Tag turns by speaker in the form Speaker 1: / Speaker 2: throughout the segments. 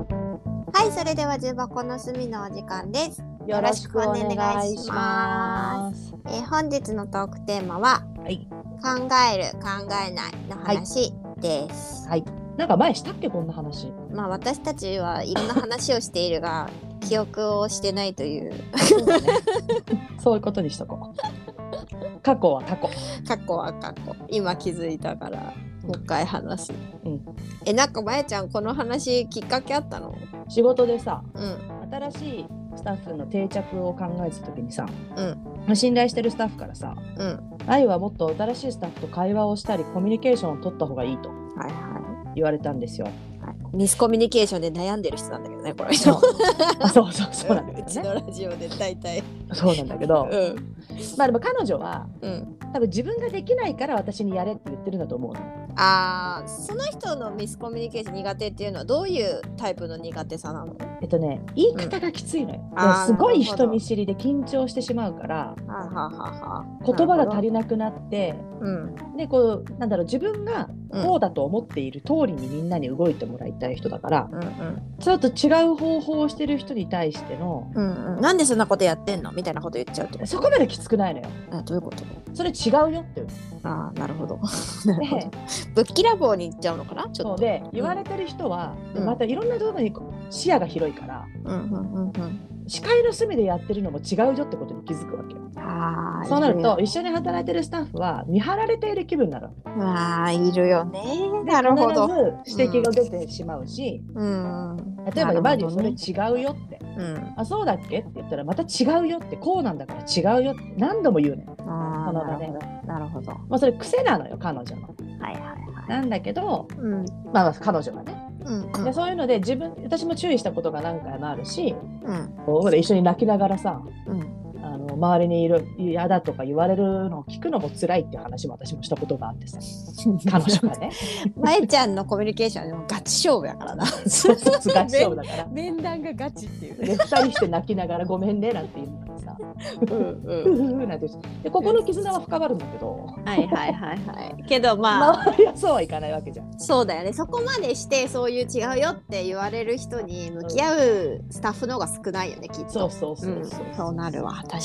Speaker 1: はい、それでは重箱の隅のお時間です。
Speaker 2: よろしくお願いします。
Speaker 1: えー本日のトークテーマは
Speaker 2: はい、
Speaker 1: 考える考えないの話です。
Speaker 2: はい、なんか前したっけ、こんな話。
Speaker 1: まあ私たちはいろんな話をしているが 記憶をしてないという
Speaker 2: そうだねそういうことにしとこう。過去は過去。
Speaker 1: 過去は過去今気づいたからもう一回話す。
Speaker 2: うん
Speaker 1: えなんかまやちゃんこの話きっかけあったの？
Speaker 2: 仕事でさ、
Speaker 1: うん
Speaker 2: 新しいスタッフの定着を考えた時にさ、
Speaker 1: う
Speaker 2: 信頼してるスタッフからさ、
Speaker 1: うん
Speaker 2: 愛はもっと新しいスタッフと会話をしたり、コミュニケーションを取った方がいいと
Speaker 1: はいは
Speaker 2: 言われたん ですよ。
Speaker 1: いはい。ミスコミュニケーションで悩んでる人なんだけどねこれ。
Speaker 2: そうそうそうそうなんだ
Speaker 1: う
Speaker 2: け
Speaker 1: ち
Speaker 2: どね。
Speaker 1: のラジオで大体。
Speaker 2: そうなんだけ
Speaker 1: う
Speaker 2: ど、
Speaker 1: ん
Speaker 2: まあでも彼女は
Speaker 1: うん。
Speaker 2: 多分自分ができないから私にやれって言ってるんだと思うの。
Speaker 1: あーその人のミスコミュニケーション苦手っていうのはどういうタイプの苦手さなの
Speaker 2: えっとね、言い方がきついのよ。
Speaker 1: んあー
Speaker 2: すごい
Speaker 1: なるほど
Speaker 2: 人見知りで緊張してしまうから
Speaker 1: はあはあはあはあ
Speaker 2: 言葉が足
Speaker 1: り
Speaker 2: りなくなって
Speaker 1: うん
Speaker 2: でこうなんだろう自分が
Speaker 1: うん
Speaker 2: こうだと思っている通りにみんなに動いてもらいたい人だから、
Speaker 1: うんうん
Speaker 2: ちょっと違う方法をしてる人に対しての
Speaker 1: うんうんなんでそんなことやってんのみたいなこと言っちゃうってこと
Speaker 2: そこまできつくないのよ。
Speaker 1: あどういうこと
Speaker 2: それ違うよっていう
Speaker 1: ああなるほど なるほど
Speaker 2: で
Speaker 1: ぶっきらぼうに行っちゃうのかなちょ
Speaker 2: そ
Speaker 1: っ
Speaker 2: う
Speaker 1: と
Speaker 2: で言われてる人は、
Speaker 1: うん
Speaker 2: またいろんなところに視野が広いから
Speaker 1: うんうんうんうん
Speaker 2: 視界の隅でやってるのも違うよってことに気づくわけよ。
Speaker 1: ああ
Speaker 2: そうなると一緒に働いてるスタッフは見張られている気分になるわけ
Speaker 1: まあいるよねなるほど
Speaker 2: 必ず指摘が出てしまうし、
Speaker 1: うん
Speaker 2: 例えばね
Speaker 1: な
Speaker 2: バ
Speaker 1: る
Speaker 2: ディ
Speaker 1: ほ
Speaker 2: そ
Speaker 1: ど
Speaker 2: れ
Speaker 1: ね
Speaker 2: 違うよって、
Speaker 1: うん
Speaker 2: あそうだっけって言ったらまた違うよってこうなんだから違うよって何度も言うね、
Speaker 1: ああ
Speaker 2: その
Speaker 1: な
Speaker 2: 場
Speaker 1: る
Speaker 2: で
Speaker 1: ほどなるほどは
Speaker 2: まあ、それ癖なのよ彼女の。
Speaker 1: いはいはい
Speaker 2: なんだけど、
Speaker 1: うん
Speaker 2: まあまあ、彼女がね
Speaker 1: うんう
Speaker 2: で
Speaker 1: ん
Speaker 2: そういうので自分私も注意したことが何回もあるし
Speaker 1: うん
Speaker 2: こうほら一緒に泣きながらさ
Speaker 1: うん
Speaker 2: あの周りにいる嫌だとか言われるのを聞くのも辛いっていう話も私もしたことがあってさ彼女がね
Speaker 1: まえちゃんのコミュニケーションはでもガチ勝負や からな。
Speaker 2: そうそうそうガチ勝負だから
Speaker 1: 面談がガチっていう。
Speaker 2: で2人して泣きながら「ごめんね」なん て言うのにさ
Speaker 1: うんう
Speaker 2: ふ
Speaker 1: ん。
Speaker 2: ふふなんて言ってでここの絆は深まるんだけど
Speaker 1: はいはいはいはい。けどまあ、
Speaker 2: 周りはそうはいかないわけじゃん。
Speaker 1: そうだよね。そこまでしてそういう違うよって言われる人に向き合うスタッフの方が少ないよねきっと。
Speaker 2: そうそうそううんそう、
Speaker 1: そうなるわ確かに。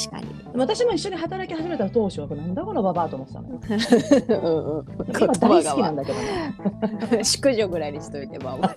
Speaker 2: 私も一緒に働き始めた当初はなんだこのババアと思ってたのよ
Speaker 1: うんうん。
Speaker 2: 今大好き なんだけどね
Speaker 1: 宿女ぐらいにしといてまあ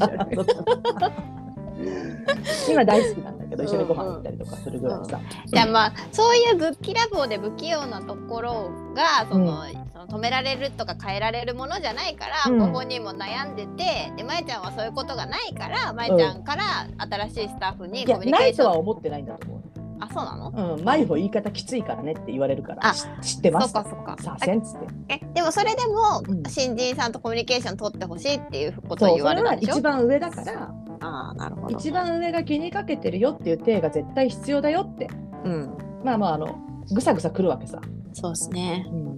Speaker 2: 今大好きなんだけど一緒にご飯行ったりとかするぐらいさ、
Speaker 1: じゃあまあそういうぶっきらぼうで不器用なところがその、その止められるとか変えられるものじゃないから、
Speaker 2: うん
Speaker 1: ご本人も悩んでてでまえちゃんはそういうことがないからまえちゃんから新しいスタッフに
Speaker 2: い
Speaker 1: コ
Speaker 2: や
Speaker 1: ミュニケ
Speaker 2: な
Speaker 1: ー
Speaker 2: い
Speaker 1: シ
Speaker 2: と
Speaker 1: ョン
Speaker 2: は思ってないんだと思
Speaker 1: あそうなの
Speaker 2: ううん毎歩言い方きついからねって言われるから
Speaker 1: あ
Speaker 2: し知ってま
Speaker 1: そ
Speaker 2: す
Speaker 1: っかそっか
Speaker 2: さあせんっつって
Speaker 1: えでもそれでも、
Speaker 2: うん
Speaker 1: 新人さんとコミュニケーション取ってほしいっていうこと
Speaker 2: そ
Speaker 1: を
Speaker 2: う
Speaker 1: 言
Speaker 2: そ
Speaker 1: わ
Speaker 2: れ
Speaker 1: れ
Speaker 2: は
Speaker 1: たんでしょ
Speaker 2: 一番上だから
Speaker 1: ああなるほど
Speaker 2: 一番上が気にかけてるよっていう体が絶対必要だよって
Speaker 1: うん
Speaker 2: まあまああのぐさぐさくるわけさ、
Speaker 1: そうですね
Speaker 2: うん、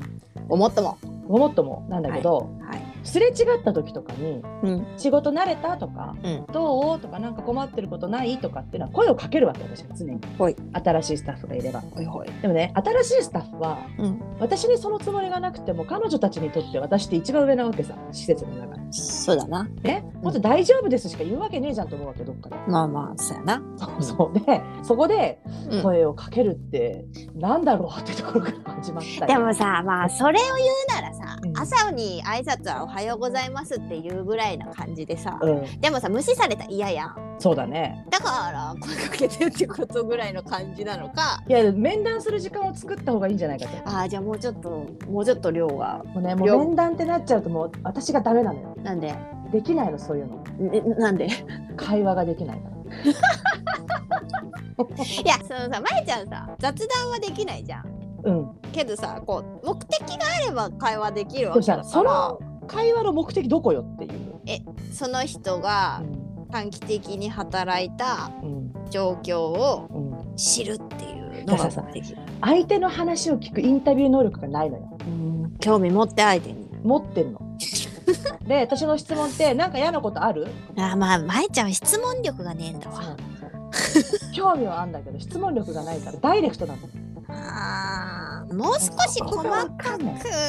Speaker 1: 思っても
Speaker 2: ごもっともなんだけど、
Speaker 1: はい
Speaker 2: すれ違った時とかに
Speaker 1: うん
Speaker 2: 仕事慣れたとか、
Speaker 1: うん
Speaker 2: どうとかなんか困ってることないとかっていうのは声をかけるわけ私は常に
Speaker 1: ほい
Speaker 2: 新しいスタッフがいれば
Speaker 1: ほいほい
Speaker 2: でもね新しいスタッフは
Speaker 1: うん
Speaker 2: 私にそのつもりがなくても彼女たちにとって私って一番上なわけさ施設の中で
Speaker 1: そうだな
Speaker 2: ねもっと大丈夫ですしか言うわけねえじゃんと思うわけどっかで、
Speaker 1: まあまあそうやな
Speaker 2: そうそうでそこで
Speaker 1: うん
Speaker 2: 声をかけるってなんだろうってところから始まったり
Speaker 1: でもさまあそれを言うならさ、
Speaker 2: うん
Speaker 1: 朝に挨拶は「おはようございます」っていうぐらいな感じでさ、
Speaker 2: うん、
Speaker 1: でもさ無視されたら嫌やん
Speaker 2: そうだね
Speaker 1: だから声かけてってことぐらいの感じなのか
Speaker 2: いや面談する時間を作った方がいいんじゃないかと
Speaker 1: あーじゃあもうちょっともうちょっと量が
Speaker 2: もうねも
Speaker 1: 了
Speaker 2: う面談ってなっちゃうともう私がダメなのよ
Speaker 1: なんで
Speaker 2: できないのそういうの
Speaker 1: えなん でい
Speaker 2: 会話ができないから
Speaker 1: やそのさまえちゃんさ雑談はできないじゃん
Speaker 2: うん
Speaker 1: けどさこう目的があれば会話できる
Speaker 2: で
Speaker 1: わ
Speaker 2: も
Speaker 1: けだから
Speaker 2: さその会話の目的どこよっていう、
Speaker 1: その人が
Speaker 2: う
Speaker 1: 短期的に働いた
Speaker 2: ん
Speaker 1: 状況を
Speaker 2: うんうん、
Speaker 1: 知るっていうのが目的
Speaker 2: 相手の話を聞くインタビュー能力がないのよ
Speaker 1: うん興味持って相手に
Speaker 2: 持って んので私の質問ってなんか嫌なことある
Speaker 1: あまあまえちゃん質問力がねえんだわ。
Speaker 2: 興味はあんだけど質問力がないからダイレクトなの
Speaker 1: あーもう少し細かく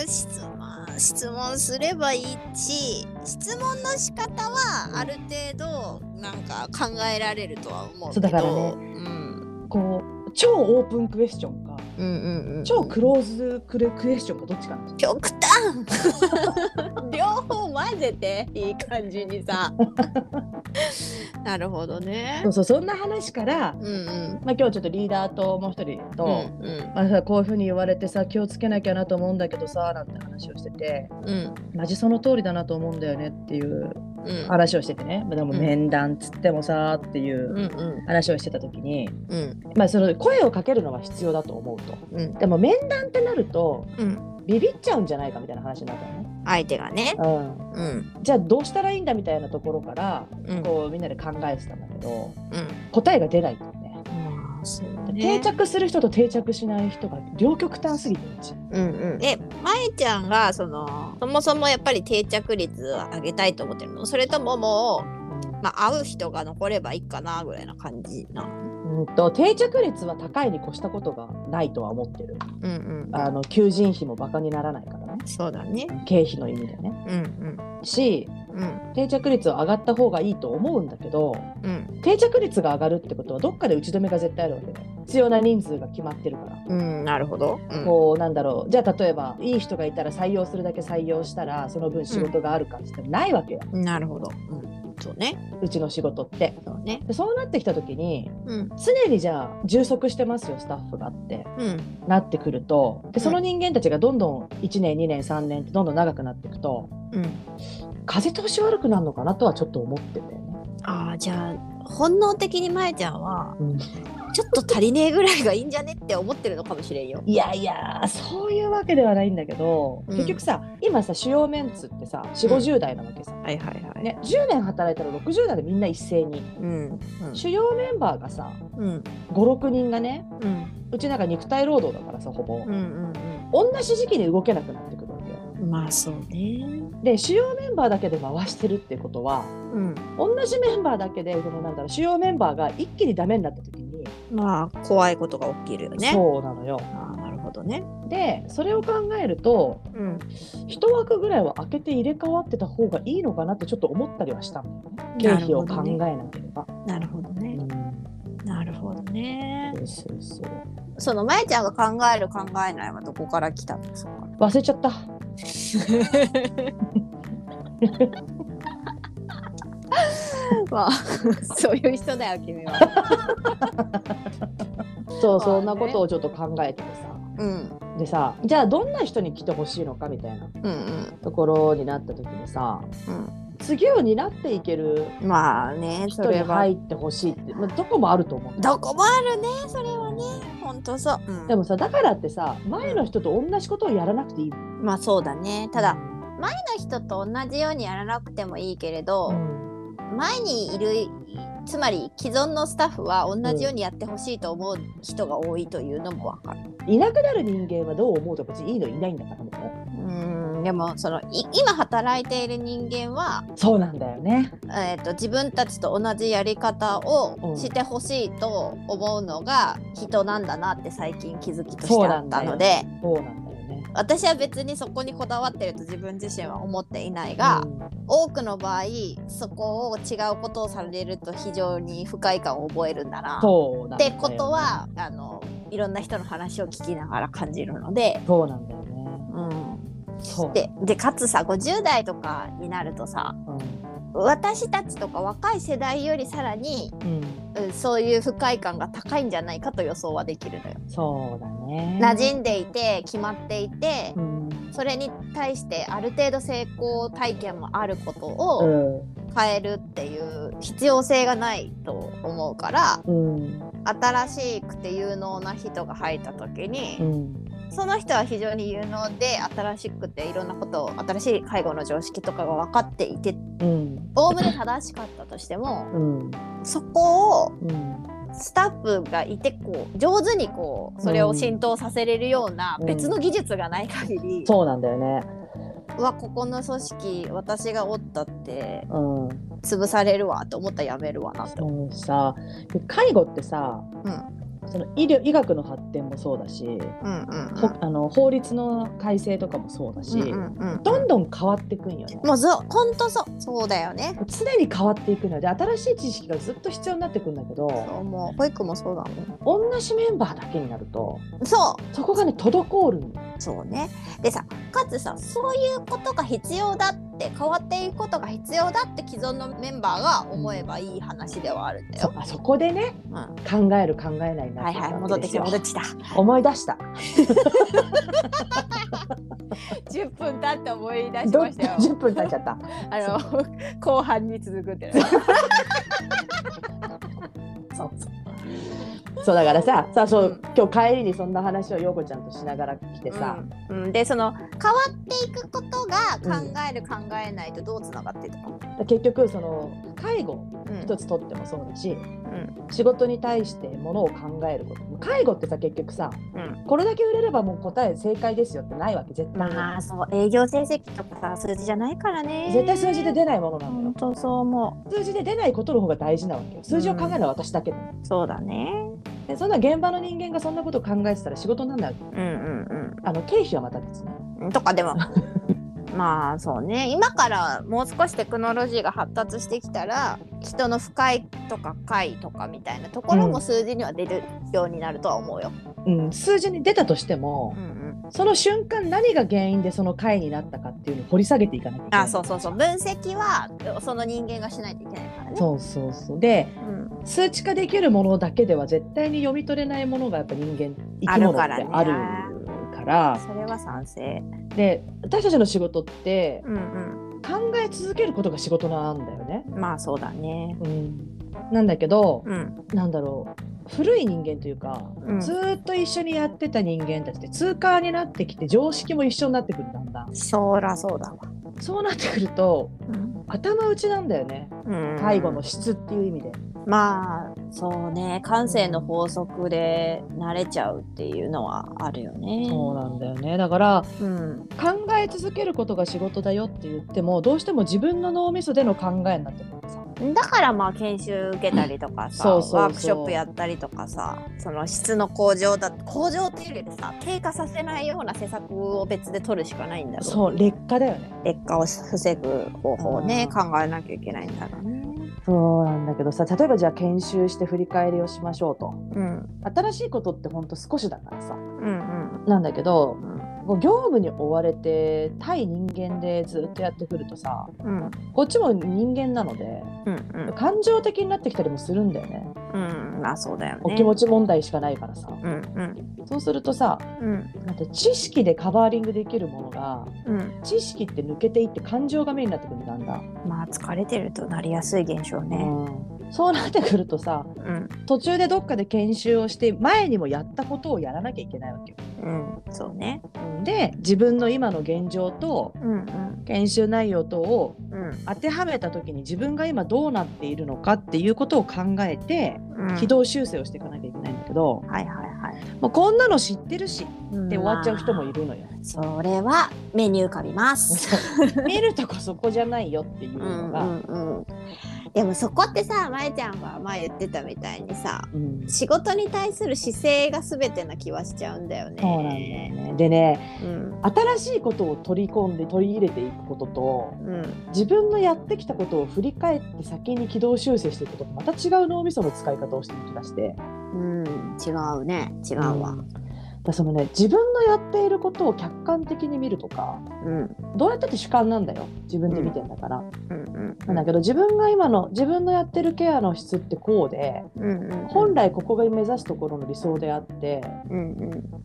Speaker 1: 質問質問すればいいし質問の仕方はある程度なんか考えられるとは思うけど
Speaker 2: そうだからね
Speaker 1: うん、
Speaker 2: こう超オープンクエスチョンか
Speaker 1: うんうんうん
Speaker 2: 超クローズクレクエスチョンかどっちかな
Speaker 1: 極端 両方混ぜていい感じにさ なるほどね
Speaker 2: そうそうそんな話から、
Speaker 1: うんうん
Speaker 2: まあ、今日ちょっとリーダーともう一人と、
Speaker 1: うんうん
Speaker 2: まあ、さこういうふうに言われてさ気をつけなきゃなと思うんだけどさなんて話をしてて
Speaker 1: うん
Speaker 2: マジその通りだなと思うんだよねっていう
Speaker 1: うん
Speaker 2: 話をしててねまあでも
Speaker 1: うん
Speaker 2: 面談つってもさってい
Speaker 1: うんう
Speaker 2: うん話をしてた時に、
Speaker 1: うん
Speaker 2: まあ、その声をかけるのは必要だと思うと
Speaker 1: うん
Speaker 2: でも面談ってなると
Speaker 1: うん
Speaker 2: ビビっちゃうんじゃないかみたいな話になったのね、
Speaker 1: 相手がね
Speaker 2: う
Speaker 1: うん
Speaker 2: ん、じゃあどうしたらいいんだみたいなところから
Speaker 1: うん
Speaker 2: こうみんなで考えてたんだけど
Speaker 1: うん
Speaker 2: 答えが出ないっていうね
Speaker 1: まあそう
Speaker 2: 定
Speaker 1: ね
Speaker 2: 着する人と定着しない人が両極端すぎてうち
Speaker 1: うんうんえまえちゃんがそのそもそもやっぱり定着率を上げたいと思ってるのそれとももう、まあ、会う人が残ればいいかなぐらいな感じな
Speaker 2: うんと定着率は高いに越したことがないとは思ってる
Speaker 1: うんうん
Speaker 2: あの求人費もバカにならないからね
Speaker 1: そうだね
Speaker 2: 経費の意味でね
Speaker 1: うん
Speaker 2: し
Speaker 1: うんうん
Speaker 2: 定着率は上がった方がいいと思うんだけど
Speaker 1: うん
Speaker 2: 定着率が上がるってことはどっかで打ち止めが絶対あるわけだよ必要な人数が決まってるから。
Speaker 1: うんなるほどうん
Speaker 2: こうなんだろうじゃあ例えばいい人がいたら採用するだけ採用したらその分仕事があるかって言ってもないわけよ、
Speaker 1: なるほど。うん、そうね。
Speaker 2: うちの仕事って
Speaker 1: そうね。
Speaker 2: でそうなってきた時に
Speaker 1: うん。
Speaker 2: 常にじゃあ充足してますよスタッフがって
Speaker 1: うん。
Speaker 2: なってくるとでその人間たちがどんどん1年2年3年ってどんどん長くなっていくと
Speaker 1: うん。
Speaker 2: 風通し悪くなるのかなとはちょっと思ってんだよね。
Speaker 1: ああ、じゃあ、本能的にまえちゃんは、
Speaker 2: うん
Speaker 1: ちょっと足りねえぐらいがいいんじゃねって思ってるのかもしれんよ。
Speaker 2: いやいやそういうわけではないんだけど、
Speaker 1: うん
Speaker 2: 結局さ今さ主要メンツってさ4 5 0代なわけさ、
Speaker 1: はいはいはね。
Speaker 2: ね、10年働いたら60代でみんな一斉に
Speaker 1: うん。
Speaker 2: 主要メンバーがさ
Speaker 1: うん。
Speaker 2: 56人がね
Speaker 1: うん。
Speaker 2: うちなんか肉体労働だからさほぼ、
Speaker 1: うん。
Speaker 2: 同じ時期に動けなくなってくるわけよ
Speaker 1: うん。まあそうね。
Speaker 2: で主要メンバーだけで回してるってことは
Speaker 1: うん。
Speaker 2: 同じメンバーだけでそのなんだろう主要メンバーが一気にダメになった時に、
Speaker 1: まあ、怖いことが起きるよね。
Speaker 2: そうなのよ
Speaker 1: ああ、なるほどね。
Speaker 2: でそれを考えると
Speaker 1: うん。
Speaker 2: 一枠ぐらいは空けて入れ替わってた方がいいのかなってちょっと思ったりはしたんだよね経
Speaker 1: な
Speaker 2: 費
Speaker 1: る
Speaker 2: を
Speaker 1: ほ
Speaker 2: 考
Speaker 1: ど
Speaker 2: え
Speaker 1: ね
Speaker 2: なければ、
Speaker 1: なるほどね。なるほどね。
Speaker 2: うんそうそう
Speaker 1: そのまえちゃんが考える考えないはどこから来たんですか
Speaker 2: 忘れちゃった
Speaker 1: まあ そういう人だよ君は。まあ
Speaker 2: そうそ
Speaker 1: ね
Speaker 2: んなことをちょっと考えててさ
Speaker 1: うん
Speaker 2: でさじゃあどんな人に来てほしいのかみたいな
Speaker 1: うん
Speaker 2: ところになった時にさ
Speaker 1: うん
Speaker 2: 次を担っていける
Speaker 1: うん。まあねそ
Speaker 2: 人に
Speaker 1: れは
Speaker 2: 入ってほしいって、まあ、どこもあると思う
Speaker 1: どこもあるねそれはねほんとそう。うん、
Speaker 2: でもさだからってさ前の人と同じことをやらなくていいの
Speaker 1: まあそうだねただ前の人と同じようにやらなくてもいいけれど、
Speaker 2: うん
Speaker 1: 前にいるつまり既存のスタッフは同じようにやってほしいと思う人が多いというのもわかる。
Speaker 2: いなくなる人間はどう思うと別にいいのいないんだからも
Speaker 1: うんでもそのい今働いている人間は
Speaker 2: うそうなんだよね
Speaker 1: えー、と自分たちと同じやり方をしてほしいと思うのが人なんだなって最近気づきとしてあったので、
Speaker 2: そうなんだよね
Speaker 1: 私は別にそこにこだわってると自分自身は思っていないが、多くの場合そこを違うことをされると非常に不快感を覚えるんだな。
Speaker 2: そうな
Speaker 1: っ
Speaker 2: んだよ
Speaker 1: て
Speaker 2: ね
Speaker 1: ことはあのいろんな人の話を聞きながら感じるので。
Speaker 2: そうなんだよね
Speaker 1: うん、
Speaker 2: そう
Speaker 1: ででかつさ50代とかになるとさ私たちとか若い世代よりさらに
Speaker 2: うん、
Speaker 1: うんそういう不快感が高いんじゃないかと予想はできるのよ。
Speaker 2: うん、そうだね
Speaker 1: 馴染んでいて決まっていて
Speaker 2: うん
Speaker 1: それに対してある程度成功体験もあること
Speaker 2: う
Speaker 1: を
Speaker 2: ん
Speaker 1: 変えるっていう必要性がないと思うから
Speaker 2: うん
Speaker 1: 新しくて有能な人が入った時
Speaker 2: う
Speaker 1: に
Speaker 2: ん
Speaker 1: その人は非常に有能で新しくていろんなことを新しい介護の常識とかが分かっていて
Speaker 2: うん
Speaker 1: おおむね正しかったとしても
Speaker 2: うん
Speaker 1: そこを
Speaker 2: うん
Speaker 1: スタッフがいてこう上手にこうそれを浸透させれるような
Speaker 2: うん
Speaker 1: 別の技術がない限り、
Speaker 2: そうなんだよね
Speaker 1: はここの組織私がおったって
Speaker 2: うん
Speaker 1: 潰されるわと思ったらやめるわなって
Speaker 2: そうさ介護ってさ、
Speaker 1: うん
Speaker 2: その医療医学の発展もそうだし、
Speaker 1: うんうん
Speaker 2: ほあの法律の改正とかもそうだし、
Speaker 1: うんうんうん
Speaker 2: どんどん変わっていくんよね。
Speaker 1: もうそうほんとそうそうだよね
Speaker 2: 常に変わっていくので新しい知識がずっと必要になってくんだけど
Speaker 1: そうもう保育もそうだもん
Speaker 2: 同じメンバーだけになると
Speaker 1: そ
Speaker 2: そこがね滞るんよ
Speaker 1: うそうねでさかつさそういうことが必要だって変わっていくことが必要だって既存のメンバーが思えばいい話ではあるんだ
Speaker 2: そ
Speaker 1: よ、
Speaker 2: あそこでね
Speaker 1: うん、は
Speaker 2: 考える考えないになっ
Speaker 1: い
Speaker 2: てく
Speaker 1: はい
Speaker 2: る
Speaker 1: 戻
Speaker 2: わ
Speaker 1: っ
Speaker 2: け
Speaker 1: て
Speaker 2: で
Speaker 1: き
Speaker 2: す
Speaker 1: た
Speaker 2: よ
Speaker 1: 戻ってきた
Speaker 2: 思い出した
Speaker 1: 10分経って思い出し
Speaker 2: ど
Speaker 1: ましたよ
Speaker 2: 10分経っち ゃった
Speaker 1: あの後半に続くって
Speaker 2: そうそうそうだからささあそうう今日帰りにそんな話を陽子ちゃんとしながら来てさ、
Speaker 1: うんうんでその変わっていくことが考える考えないとどうつながっていくの
Speaker 2: 結局その介護
Speaker 1: うん
Speaker 2: 一つとってもそうだし仕事に対してものを考えること介護ってさ結局さ
Speaker 1: うん
Speaker 2: これだけ売れればもう答え正解ですよってないわけ絶対に、
Speaker 1: まあそう営業成績とかさ数字じゃないからね
Speaker 2: 絶対数字で出ないものなの
Speaker 1: 本
Speaker 2: よ
Speaker 1: 当そう思
Speaker 2: 数字で出ないことの方が大事なわけよ数字を考えるのは私だけだ、
Speaker 1: うそうだね
Speaker 2: でそんな現場の人間がそんなことを考えてたら仕事になんないわ
Speaker 1: う
Speaker 2: け
Speaker 1: んうん
Speaker 2: あの経費はまた別ね
Speaker 1: うんとかで もまあそうね今からもう少しテクノロジーが発達してきたら人の不快とか快とかみたいなところも数字には出るようになるとは思うよ。
Speaker 2: うん、数字に出たとしても
Speaker 1: う、んうん
Speaker 2: その瞬間何が原因でその回になったかっていうのを掘り下げていかなきゃいけない
Speaker 1: あそうそうそう分析はその人間がしないといけないからね。
Speaker 2: そうそうそうで
Speaker 1: うん
Speaker 2: 数値化できるものだけでは絶対に読み取れないものがやっぱ人間生
Speaker 1: あ
Speaker 2: き
Speaker 1: る
Speaker 2: 物
Speaker 1: か
Speaker 2: っ
Speaker 1: らね
Speaker 2: てあるから
Speaker 1: それは賛成。
Speaker 2: で私たちの仕事って
Speaker 1: うん
Speaker 2: 考え続けることが仕事なんだよね。
Speaker 1: うん。まあそうだね。
Speaker 2: うん、なんだけど、
Speaker 1: うん。
Speaker 2: なんだろう古い人間というか、
Speaker 1: うん
Speaker 2: ずーっと一緒にやってた人間たちって通過になってきて常識も一緒になってくるだんだん
Speaker 1: そらそうだわ。
Speaker 2: そうなってくると頭打ちなんだよね
Speaker 1: うん
Speaker 2: 介護の質っていう意味で。
Speaker 1: まあそうね感性の法則で慣れちゃうっていうのはあるよね。
Speaker 2: そうなんだよねだから
Speaker 1: うん、
Speaker 2: 考え続けることが仕事だよって言ってもどうしても自分の脳みそでの考えになってくるさ
Speaker 1: だからまあ研修受けたりとかさ
Speaker 2: そうそうそう
Speaker 1: ワークショップやったりとかさその質の向上だ向上っていうよりさ低下させないような施策を別で取るしかないんだろうね
Speaker 2: そう劣化だよね
Speaker 1: 劣化を防ぐ方法をね、
Speaker 2: う
Speaker 1: 考えなきゃいけないんだろうね。
Speaker 2: そうなんだけどさ例えばじゃあ研修して振り返りをしましょうと
Speaker 1: うん
Speaker 2: 新しいことってほんと少しだからさ
Speaker 1: うん
Speaker 2: なんだけど
Speaker 1: うん
Speaker 2: こう業務に追われて対人間でずっとやってくるとさ
Speaker 1: うん
Speaker 2: こっちも人間なので
Speaker 1: うん
Speaker 2: 感情的になってきたりもするんだよね
Speaker 1: うんまあそうだよね。
Speaker 2: お気持
Speaker 1: ち。
Speaker 2: ち問題しかないからさ
Speaker 1: うんうん
Speaker 2: そうするとさ
Speaker 1: うん
Speaker 2: なんか知識でカバーリングできるものが
Speaker 1: うん。
Speaker 2: 知識って抜けていって感情が目になってくるんだんだん、
Speaker 1: まあ疲れてるとなりやすい現象ね。
Speaker 2: うんそうなってくるとさ
Speaker 1: うん
Speaker 2: 途中でどっかで研修をして前にもやったことをやらなきゃいけないわけよ
Speaker 1: うんそうね。
Speaker 2: で自分の今の現状と
Speaker 1: うんうん
Speaker 2: 研修内容等を
Speaker 1: うん
Speaker 2: 当てはめた時に自分が今どうなっているのかっていうことを考えて
Speaker 1: うん。
Speaker 2: 軌道修正をしていかなきゃいけないんだけど、
Speaker 1: はいはいはい。
Speaker 2: もうこんなの知ってるしって終わっちゃう人も
Speaker 1: ま
Speaker 2: いるのよ。
Speaker 1: あそれは目に浮かびます。
Speaker 2: 見るとこそこじゃないよ っていうのが、
Speaker 1: うんうんうんでもそこってさまえちゃんが前言ってたみたいにさ
Speaker 2: うん
Speaker 1: 仕事に対する姿勢が全てな気はしちゃうんだよね。
Speaker 2: そうなんだよね。でね
Speaker 1: うん
Speaker 2: 新しいことを取り込んで取り入れていくことと
Speaker 1: うん、
Speaker 2: 自分のやってきたことを振り返って先に軌道修正していくこととまた違う脳みその使い方をしてる気がして
Speaker 1: うん、違うね違う
Speaker 2: う
Speaker 1: わ、
Speaker 2: んだからそのね自分のやっていることを客観的に見るとか
Speaker 1: うん、うん
Speaker 2: どうやったって主観なんだよ自分で見てんだから、
Speaker 1: うん
Speaker 2: なんだけど自分が今の自分のやってるケアの質ってこうで
Speaker 1: うんうん
Speaker 2: 本来ここが目指すところの理想であって
Speaker 1: うん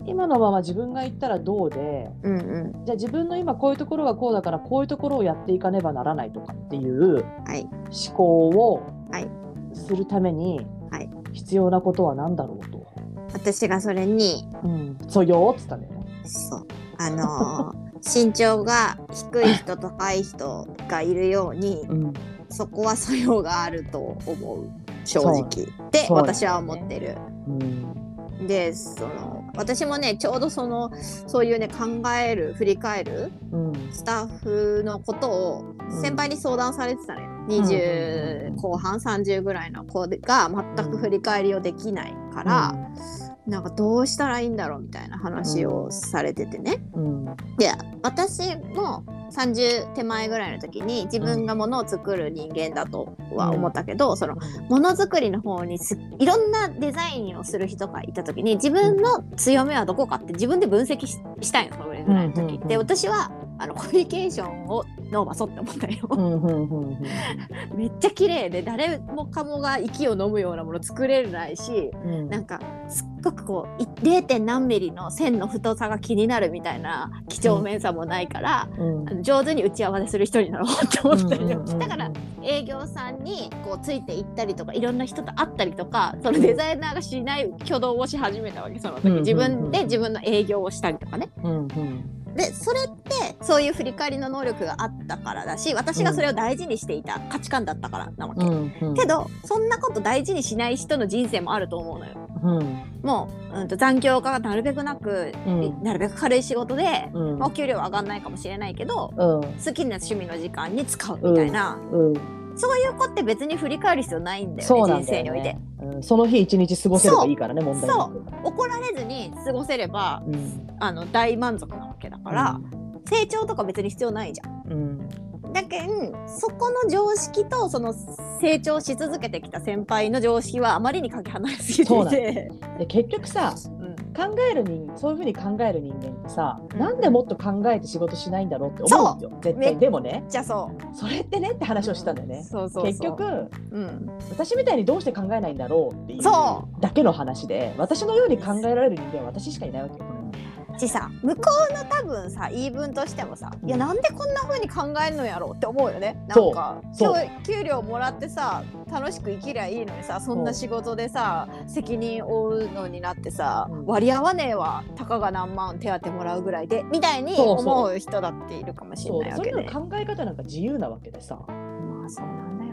Speaker 1: うん
Speaker 2: 今のまま自分が言ったらどうで
Speaker 1: うんうん
Speaker 2: じゃあ自分の今こういうところがこうだからこういうところをやっていかねばならないとかっていう
Speaker 1: はい
Speaker 2: 思考を
Speaker 1: はい
Speaker 2: するために
Speaker 1: はい
Speaker 2: 必要なことは何だろうと、
Speaker 1: 私がそれに
Speaker 2: うん、そうよっつったんだよね。
Speaker 1: そうあのー身長が低い人と高い人がいるように
Speaker 2: うん、
Speaker 1: そこは素養があると思う正直で、
Speaker 2: そうなんだよね
Speaker 1: 私は思ってる。
Speaker 2: うん、
Speaker 1: でその私もねちょうどそのそういうね考える振り返る
Speaker 2: うん、
Speaker 1: スタッフのことを
Speaker 2: うん
Speaker 1: 先輩に相談されてたのよ、
Speaker 2: うんうんうんうん
Speaker 1: 20後半30ぐらいの子が全く振り返りをできない考から、なんかどうしたらいいんだろうみたいな話をされててね。
Speaker 2: うんうん
Speaker 1: で私も30手前ぐらいの時に自分がものを作る人間だとは思ったけど、そのものづくりの方にすいろんなデザインをする人がいた時に自分の強みはどこかって自分で分析ししたいのそのぐらいの時、
Speaker 2: うんうんうん
Speaker 1: で私はあのコミュニケーションを伸ばそうって思ったよ、
Speaker 2: うんうんうんうん
Speaker 1: めっちゃ綺麗で誰もかもが息を飲むようなもの作れないし
Speaker 2: うん
Speaker 1: なんかすっごくこうい 0. 何ミリの線の太さが気になるみたいな几帳面さもないから、
Speaker 2: うん
Speaker 1: あの上手に打ち合わせする人になろうって思ったり
Speaker 2: うんうんうんうん
Speaker 1: だから営業さんにこうついていったりとかいろんな人と会ったりとかそのデザイナーがしない挙動をし始めたわけその時
Speaker 2: うんうんうん
Speaker 1: 自分で自分の営業をしたりとかね。
Speaker 2: うんうん
Speaker 1: でそれってそういう振り返りの能力があったからだし私がそれを大事にしていた価値観だったからなわけ。
Speaker 2: うんうん
Speaker 1: けどそんなこと大事にしない人の人生もあると思うのよ。
Speaker 2: うん
Speaker 1: もう、うん、と残業がなるべくなく、
Speaker 2: うん
Speaker 1: なるべく軽い仕事で、
Speaker 2: うん
Speaker 1: まあお給料は上がんないかもしれないけど
Speaker 2: うん
Speaker 1: 好きな趣味の時間に使うみたいな、
Speaker 2: うん
Speaker 1: そういう子って別に振り返る必要ないんだよね
Speaker 2: そうなん
Speaker 1: 人生
Speaker 2: だよ
Speaker 1: において
Speaker 2: ね。うんその日一日過ごせればいいからね問題な
Speaker 1: そ
Speaker 2: く
Speaker 1: う怒られずに過ごせれば
Speaker 2: うん
Speaker 1: あの大満足なわけだから、成長とか別に必要ないじゃん。
Speaker 2: うん
Speaker 1: だけんそこの常識とその成長し続けてきた先輩の常識はあまりにかけ離れすぎ
Speaker 2: そう
Speaker 1: てい
Speaker 2: なん
Speaker 1: て。
Speaker 2: で結局さ
Speaker 1: うん
Speaker 2: 考える人そういうふうに考える人間ってさ、
Speaker 1: うん
Speaker 2: なんでもっと考えて仕事しないんだろうって思うんですよ絶
Speaker 1: め
Speaker 2: 対でもね
Speaker 1: じゃあそう
Speaker 2: それってねって話をしたんだよね、
Speaker 1: そうそうそう
Speaker 2: 結局
Speaker 1: うん、
Speaker 2: 私みたいにどうして考えないんだろうっていう
Speaker 1: そ
Speaker 2: だけの話で私のように考えられる人間は私しかいないわけよ。
Speaker 1: しさ向こうの多分さ言い分としてもさ、
Speaker 2: うん
Speaker 1: いやなんでこんな風に考えるのやろうって思うよねな
Speaker 2: そ
Speaker 1: ん
Speaker 2: う
Speaker 1: か
Speaker 2: そう
Speaker 1: 今日給料もらってさ楽しく生きりゃいいのにさそんな仕事でさ責任負うのになってさ、
Speaker 2: うん
Speaker 1: 割り合わねえわたかが何万手当もらうぐらいでみたいに
Speaker 2: そうそう
Speaker 1: 思う人だっているかもしれ
Speaker 2: そう
Speaker 1: ないわ
Speaker 2: そ
Speaker 1: け
Speaker 2: れ
Speaker 1: で
Speaker 2: の考え方なんか自由なわけでさ
Speaker 1: まあそうなんだよ